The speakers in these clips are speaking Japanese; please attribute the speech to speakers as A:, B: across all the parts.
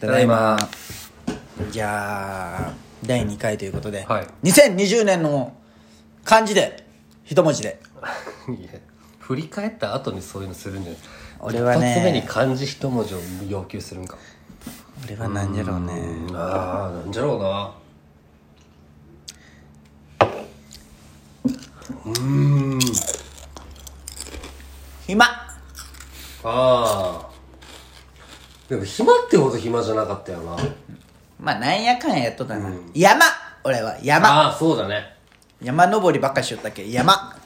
A: ただいまじゃあ第2回ということで、
B: はい
A: 2020年の漢字で一文字で
B: いや振り返った後にそういうのするんじゃないですか
A: 俺はね
B: 一発目に漢字一文字を要求するんか
A: 俺は何じゃろうね
B: ああなんじゃろうな
A: 暇
B: ああでも暇ってほど暇じゃなかったよな
A: まあなんやかんややっとったな、山俺は山
B: ああそうだね
A: 山登りばっかしよったっけ山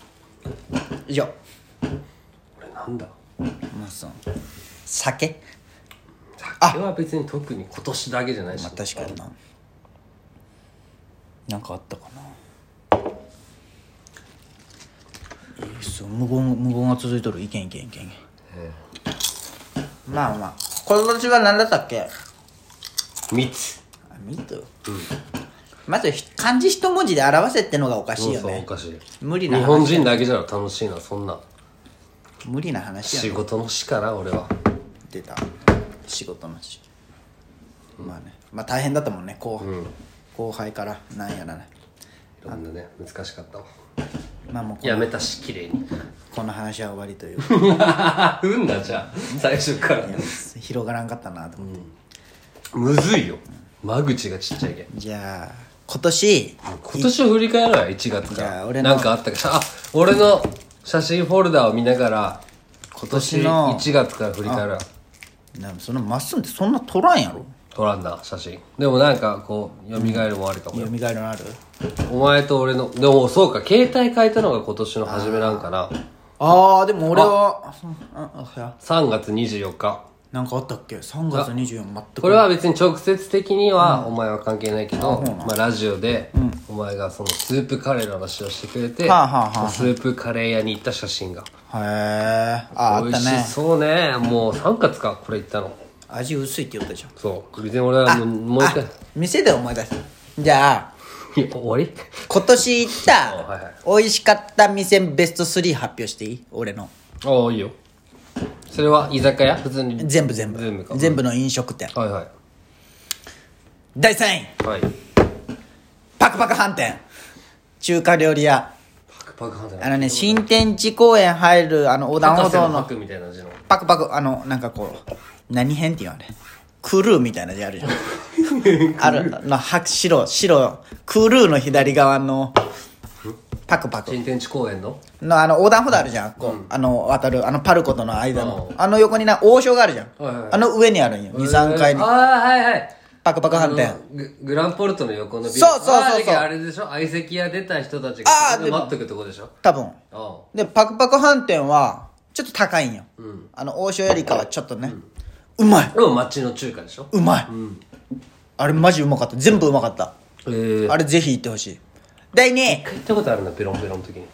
A: 以上
B: 俺なんだ
A: まあそう酒
B: 酒は別に特に今年だけじゃないし
A: まあ確かにななんかあったかないいっすよ無言無言が続いとるいけんいけんいけんいけんまあまあ今年は何だったっけあ
B: 3つ
A: 見とよまずひ漢字一文字で表せってのがおかしいよ
B: そうそうお
A: ね
B: かしい
A: 無理な
B: 日本人だけじゃ楽しいなそんな
A: 無理な話や
B: 仕事の死かな俺は
A: 出た仕事のし、まあねまあ大変だったもんね後,、後輩からなんやらね
B: いろんなね難しかったわ
A: まあもうこ
B: やめたし綺麗に
A: この話は終わりという
B: うんだじゃあ最初から
A: 広がらんかったなと思って、
B: むずいよ間口がちっちゃいけん
A: じゃあ今年
B: 今年を振り返ろうよ1月か
A: じゃあ
B: ら
A: 俺の
B: なんかあったかあ俺の写真フォルダを見ながら今年
A: 今年の
B: 1月から振り返ろう
A: なそのまっすんってそんな取らんやろ
B: 撮らんな写真でもなんかこう蘇るもあるかも
A: 蘇
B: よ、
A: るのある
B: お前と俺のでもそうか携帯変えたのが今年の初めなんかな
A: あーでも俺はああいや
B: 3月24日
A: なんかあったっけ3月24全く
B: これは別に直接的にはお前は関係ないけど、まあ、ラジオでお前がそのスープカレーの話をしてくれて、
A: はあはあはあ
B: スープカレー屋に行った写真が
A: へえああっ
B: 美
A: た
B: 味し
A: ね
B: そうねもう3月かこれ行ったの
A: 味薄いって言ったじゃん
B: そう別に俺はもうもう一回
A: あ店で思い出すじゃあ
B: いや終わり
A: 今年行っ
B: はいは
A: た美味しかった店ベスト3発表していい俺の
B: ああいいよそれは居酒屋普通に
A: 全部全部
B: 全部か
A: の飲食店
B: はいは
A: 第3位
B: いはい
A: パクパク飯店中華料理屋
B: パクパク派だ
A: あのね新天地公園入るあの横断歩
B: 博士
A: 道
B: のパ
A: の
B: クみたいな 字の
A: パクパクあのなんかこう何編っていうのあれクルーみたいな字あるじゃんあるの白白白クルーの左側のパクパク
B: 新天地公園の
A: のあの横断歩道あるじゃん、こうあの渡るあのパルコとの間の
B: う
A: あの横にな王将があるじゃん、
B: はいはい
A: あの上にあるんよ23階に
B: ああはいはい
A: パクパク飯店
B: あのググランポルトの横のビル
A: そうそうそうそう
B: あーだけどあれでしょ相席屋出た人たちが
A: あー
B: そこで待っとくとこでしょ
A: 多分
B: あ
A: でパクパク飯店はちょっと高いんよ、あの王将よりかはちょっとね、うまい
B: あでも町の中華でしょ
A: うまい、あれマジうまかった全部うまかった
B: ええ
A: あれぜひ行ってほしい第2位
B: 行ったことあるなペロンペロンの時に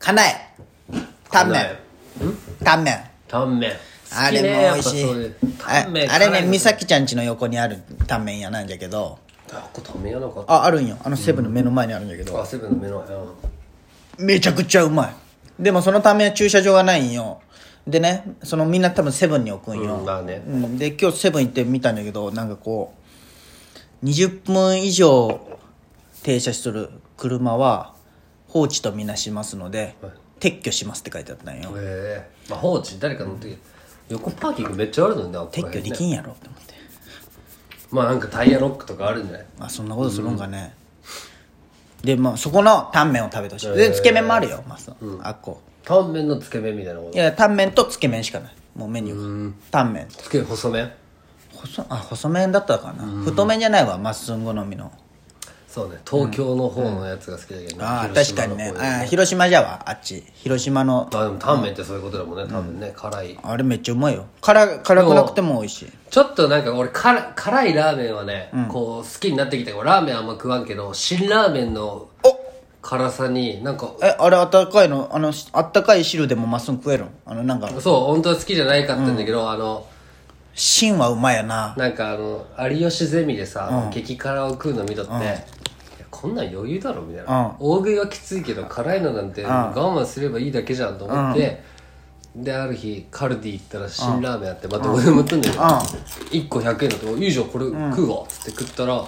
A: かなえタンメンタンメン
B: タンメン
A: あ
B: 好き
A: れ
B: ね
A: も美味しい
B: やっぱそうう
A: あ
B: タンメン
A: あれね
B: 辛いの
A: 美咲ちゃん家の横にあるタンメン屋なんじゃけど
B: あこれタンメンやなかった
A: ああるんよあのセブンの目の前にあるんじゃけど、
B: あセブンの目の前うん
A: めちゃくちゃうまいでもそのタンメンは駐車場がないんよでねそのみんな多分セブンに置くんよ、
B: うんまあね
A: うん、で今日セブン行ってみたんだけどなんかこう20分以上停車しとる車は放置とみなしますので、撤去しますって書いてあったんよ
B: ええまあ放置誰か乗ってきて横パーキングめっちゃあるのにな
A: 撤去でき
B: ん
A: んやろって思って
B: まあなんかタイヤロックとかあるんじゃない
A: あそんなことするんかね、でまあそこのタンメンを食べてほしいでつけ麺もあるよ、まあそうあっこ
B: タンメンのつけ麺みたいなこ
A: い
B: と
A: やタンメンとつけ麺しかないもうメニューがタンメン
B: つけ細麺
A: 細あ細麺だったかな、太麺じゃないわまっすん好みの
B: そうね東京の方のやつが好きだけどね
A: ああ
B: 広
A: 確
B: 島
A: か
B: の
A: に
B: 方
A: ね
B: で
A: あー広島じゃわあっち広島の
B: あでもタンメンってそういうことだもんね多分ね辛い
A: あれめっちゃうまいよ辛辛くなくても美味しい
B: ちょっとなんか俺辛辛いラーメンはねこう好きになってきたからラーメンあんま食わんけど辛ラーメンの辛さになんか
A: えあれあったかいのあのしあったかい汁でもまっすぐ食えるんあのなんか
B: そう本当は好きじゃないかったんだけどあの
A: 芯はうまいやな
B: なんかあの有吉ゼミでさ激辛を食うの見とっていやこんなん余裕だろみたいな大食いはきついけど辛いのなんて我慢すればいいだけじゃんと思ってである日カルディ行ったら辛ラーメンあってまた俺も売ったんだけど1個100円だと「いいじゃんこれ食うわ」っつって食ったら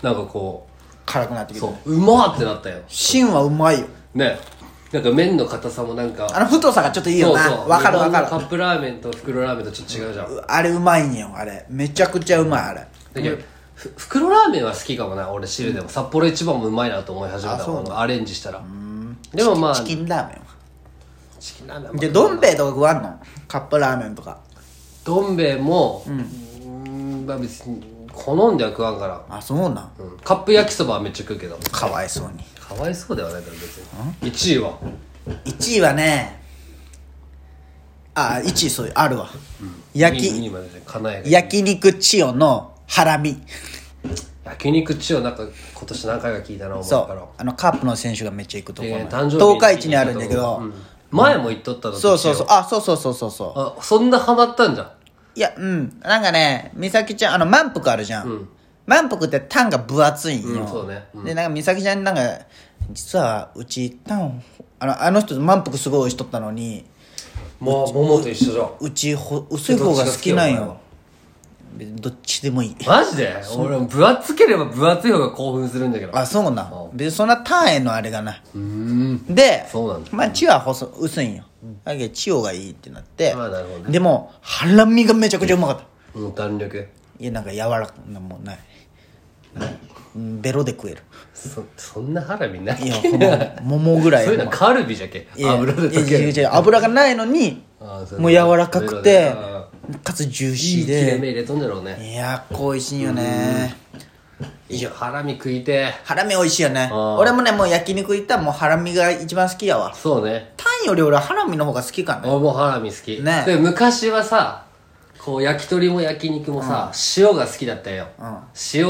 B: なんかこ
A: 辛くなって
B: う
A: きて
B: そううまーってなったよ
A: 芯はうまいよ
B: ねなんか麺の硬さもなんか
A: あの太さがちょっといいよなわかるわか
B: 日本のカ
A: る
B: ップラーメンと袋ラーメンとちょっと違うじゃん
A: あれうまいんよあれめちゃくちゃうまいあれ
B: だけど、ふ袋ラーメンは好きかもな俺汁でも、札幌一番もうまいなと思い始めたもんアレンジしたらでもまあ
A: チキンラーメンは
B: チキンラーメンは
A: でどん兵衛とか食わんのカップラーメンとか
B: どん兵衛もうーんまあ別に好んでは食わんから、
A: あそうなん
B: うんカップ焼きそばはめっちゃ食うけど
A: かわいそうに
B: かわいそうではないから別に1位は
A: 1位はねあ1位そういうあるわ、焼
B: 2
A: き
B: 位まででかなえが
A: 焼肉千代のハラミ
B: 焼肉千代なんか今年何回か聞いたな思う
A: そ
B: から
A: うあのカープの選手がめっちゃ行くとこ
B: で
A: ろ
B: 誕生日
A: 東海市にあるんだけど、
B: うん前も言っとったの
A: そうそうそう
B: う
A: あそうそうそうそうそう
B: あそんなハマったんじゃん
A: いやうんなんかね美咲ちゃんあの満腹あるじゃん、満腹ってタンが分厚いんよ、
B: うんそうねう
A: でなんか美咲ちゃんになんか実はうちタンあのあの人満腹すごい押しとったのに
B: もう桃と一緒じゃん
A: うちほ薄い方が好きなん
B: どっちが好
A: よ別にどっちでもいい
B: マジで俺も分厚ければ分厚い方が興奮するんだけど
A: あそうな別にそんなターンへのあれがない
B: うん
A: で
B: そうなんだ
A: まあ血は細薄いんよだけど千代がいいってなって、
B: まあなるほどね
A: でもハラミがめちゃくちゃうまかった
B: うん弾力
A: いやなんか柔らかなもんないうんベロで食える
B: そそんなハラミない
A: いや
B: け
A: ほん
B: ど
A: ま桃ぐらい
B: そういうの
A: ほんま
B: カルビじゃけ
A: いや
B: 油で溶
A: いや違う
B: け
A: 違う
B: る
A: 油がないのに
B: あーそう
A: もう柔らかくて
B: そういうのね
A: かつジュー
B: い
A: シ
B: い
A: ー
B: 切れ
A: で
B: 目入れとんだろうね
A: いや恋しいよね
B: 以上ハラミ食いて
A: ハラミ美味しいよね
B: ん
A: 俺もねもう焼肉行ったらもうハラミが一番好きやわ
B: そうね
A: タンより俺はハラミの方が好きかな
B: 俺もハラミ好き
A: ね
B: で昔はさこう焼き鳥も焼き肉もさ、塩が好きだったよ、塩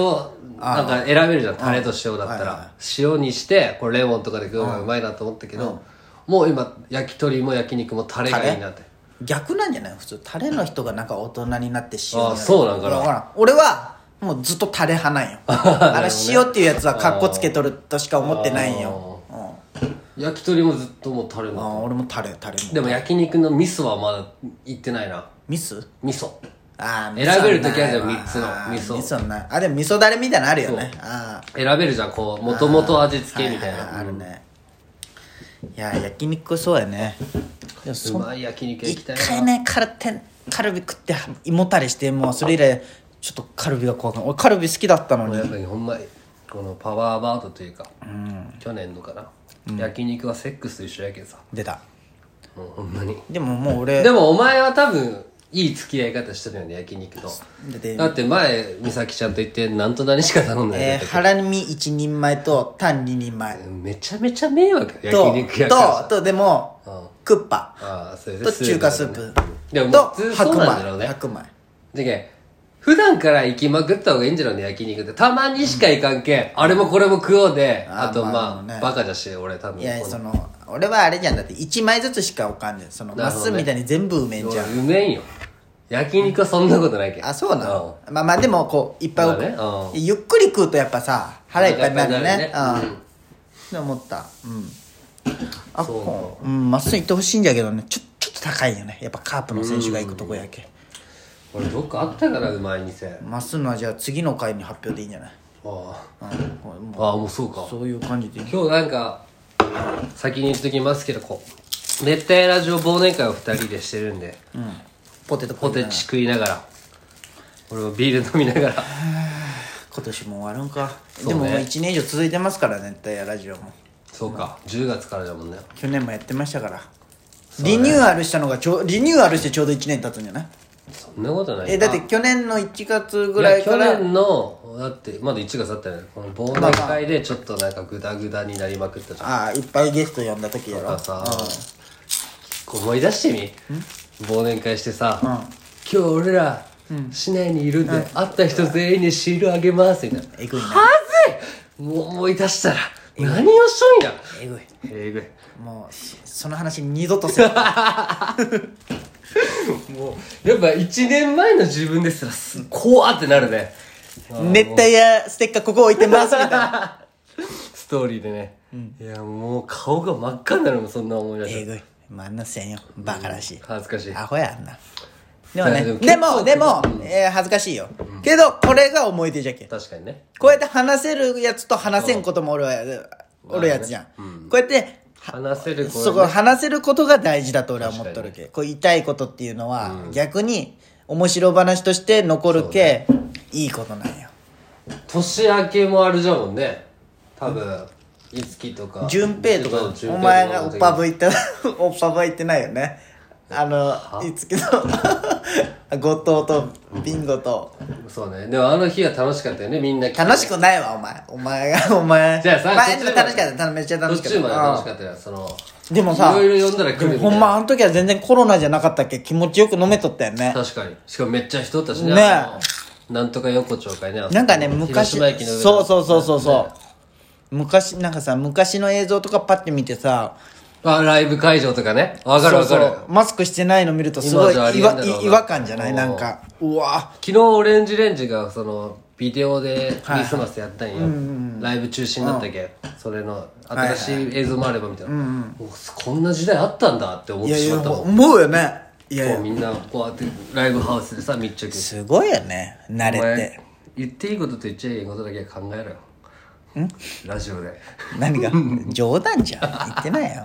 B: なんか選べるじゃんタレと塩だったら、塩にしてこれレモンとかで食うのがうまいなと思ったけど、もう今焼き鳥も焼き肉もタレがいいなって
A: 逆なんじゃない普通タレの人がなんか大人になって塩になる
B: あそうなんかな
A: わらん俺はもうずっとタレ派なん よあれ塩っていうやつはカッコつけとるとしか思ってないんよ、うん
B: 焼き鳥もずっともうタレ
A: あ
B: の
A: ー俺もタレタレも
B: でも焼肉の味噌はまだいってないな
A: ミス
B: 味噌
A: あー
B: 選べる時あるじゃん
A: 味噌
B: 三つの
A: なあー
B: 味噌
A: 味噌ないあでも味噌だれみたいなのあるよねあ
B: 選べるじゃんこうもともと味付けみたい
A: ーあ
B: な
A: るねいやー焼肉そうやねでもそう
B: まい焼肉行き
A: 一
B: たい
A: 回ねカルテンカルビ食って胃もたれしてもうそれ以来ちょっとカルビが怖くなる俺カルビ好きだったのに
B: やっぱりほんまこのパワーワードというか、去年のかな、焼肉はセックスと一緒やけどさ
A: 出た
B: もうほんまに
A: でももう俺
B: でもお前は多分いい付き合い方してるよね焼肉と
A: だって
B: だって前美咲ちゃんと言ってなんと何しか頼んだよ
A: え
B: ね
A: ー、、ハラミ1人前とタン2人前
B: めちゃめちゃ迷惑よ
A: と
B: 焼肉やから
A: と
B: さ
A: とでもクッパ
B: ああそれで
A: と中華スー
B: だ
A: プ
B: からねでも
A: と
B: もう普通そ
A: 白
B: うなんだろ
A: 米
B: うね
A: 白米
B: じゃけ普段から行きまくった方がいいんじゃろうね焼肉ってたまにしか行かんけん、あれもこれも食おうであ
A: あー
B: と
A: まあ
B: まあ、
A: ね
B: バカじゃし俺多分
A: いやその俺はあれじゃんだって1枚ずつしかおかんじゃんその
B: な
A: ま
B: る
A: っ
B: ほど
A: す
B: ね
A: ぐみたいに全部埋めんじゃん
B: うめんよ焼肉はそんなことないけん
A: あそうなのまあまあでもこういっぱいおく、
B: まあねう
A: ゆっくり食うとやっぱさ腹いっぱいになるよね
B: お腹いっぱいになる
A: う
B: ね
A: んって思ったうんあ
B: そう
A: こううんまっすぐ行ってほしいんだけどねちょちょっと高いよねやっぱカープの選手が行くとこやけ
B: 俺どっかあったからうまい店あ
A: まっすぐのはじゃあ次の回に発表でいいんじゃない
B: あ
A: うんこれも
B: ああもうそうか
A: うそういう感じでいい
B: 今日なんか先に言っときますけどこう熱帯ラジオ忘年会を2人でしてるんで、
A: ポテト
B: ポテチ食いながら俺もビール飲みながら
A: 今年も終わるんか、
B: そう
A: で
B: ね
A: ももう1年以上続いてますからね絶対ラジオも
B: そうか10月からだもんね
A: 去年もやってましたから、リニューアルしたのがちょリニューアルしてちょうど1年経つんじゃない
B: そんなことない
A: えだって去年の1月ぐらいか
B: いや
A: ら
B: 去年のだってまだ1月だったよねこの忘年会でちょっとなんかグダグダになりまくったじゃん
A: ああいっぱいゲスト呼んだ時やろ
B: だからさ思い出してみ忘年会してさ、今日俺ら市内にいるんで、会った人全員にシールあげますみたいな
A: えぐいな
B: はずいもう思い出したら何をしとんや
A: えぐい
B: えぐい
A: もうそその話二度とせん
B: もうやっぱ1年前の自分ですらすこわってなるね
A: 熱帯夜ステッカーここ置いてますみたいな
B: ストーリーでね、いやもう顔が真っ赤になるもんそんな思い出し
A: え
B: た
A: ぐいまあ、あんなせんよバカらしい、
B: 恥ずかしい
A: アホやあんなでもね
B: いや
A: で
B: で
A: も
B: も
A: でも、えー恥ずかしいよ、けどこれが思い出じゃけん
B: 確かにね
A: こうやって話せるやつと話せんこともおるわおるやつじゃん、こうやって
B: 話せる
A: そ
B: 声
A: こ話せることが大事だと俺は思っとるけこう言いたいことっていうのは、逆に面白話として残るけ、いいことなんよ
B: 年明けもあるじゃもんね多分いつきとか
A: 順平と
B: そう
A: か
B: 順
A: お
B: 平
A: 前がお
B: の
A: っ
B: 時
A: ぱぶいった おっぱぶいってないよねあのい つきと後藤とビンゴと
B: そうねでもあの日は楽しかったよねみんな来て
A: 楽しくないわお前お前がお 前
B: じゃあさ
A: お前
B: 途
A: で
B: 中
A: も
B: まで
A: 楽しかっためっちゃ楽しか
B: 途
A: っ
B: 中まで楽
A: た
B: しかったよその
A: でもさ
B: いろいろ読んだら来
A: う
B: る
A: ん
B: み
A: ほ
B: たい
A: ん
B: な
A: まあの時は全然コロナじゃなかったっけ気持ちよく飲めとったよね
B: 確かにしかもめっちゃ人おったしね
A: ね
B: あのなんとか横丁会ね
A: なんかね昔
B: 広島駅の上
A: そうそうそうそうそう昔なんかさ昔の映像とかパッて見てさ
B: うあライブ会場とかねわかるわかる
A: そうそうマスクしてないの見るとすごい
B: 今じゃあり
A: 違
B: えんだ
A: 和
B: ろうない
A: 違和感じゃない
B: うん
A: なんかうわ
B: 昨日オレンジレンジがそのビデオでクリスマスやったんよ、ライブ中止になったけ、それの新しい映像もあればみたいな、おこんな時代あったんだって思
A: い
B: って
A: やい
B: し
A: や
B: まったもん
A: 思うよねいやい
B: こう
A: や
B: みんなこうやってライブハウスでさ密着して
A: すごいよね慣
B: お
A: れて
B: 前言っていいことと言っちゃいけないことだけ考えろよラジオで
A: 何 が冗談じゃん言ってないよ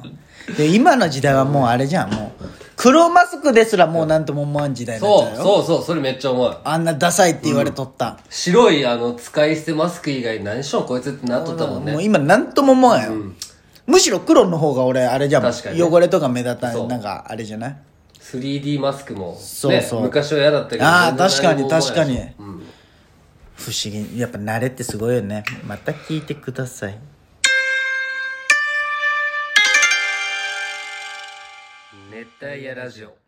A: で今の時代はもうあれじゃんもう黒マスクですらもうなんとも思わん時代になっち
B: そ
A: ゃ
B: う
A: うよ
B: そうそうそれめっちゃ思う
A: あんなダサいって言われとった、
B: 白いあの使い捨てマスク以外何しようこいつってなっとったもんね
A: もう今なんとも思わんよ、むしろ黒の方が俺あれじゃん
B: 確かにね
A: 汚れとか目立た
B: そ
A: ん
B: う
A: なんかあれじゃない
B: 3D マスクも、ね、
A: そうそう
B: 昔は嫌だったけど
A: ああ
B: 全然
A: 確かに
B: 何も思わないし
A: 確かに
B: うん
A: 不思議やっぱ慣れってすごいよねまた聞いてください
B: 熱帯夜ラジオ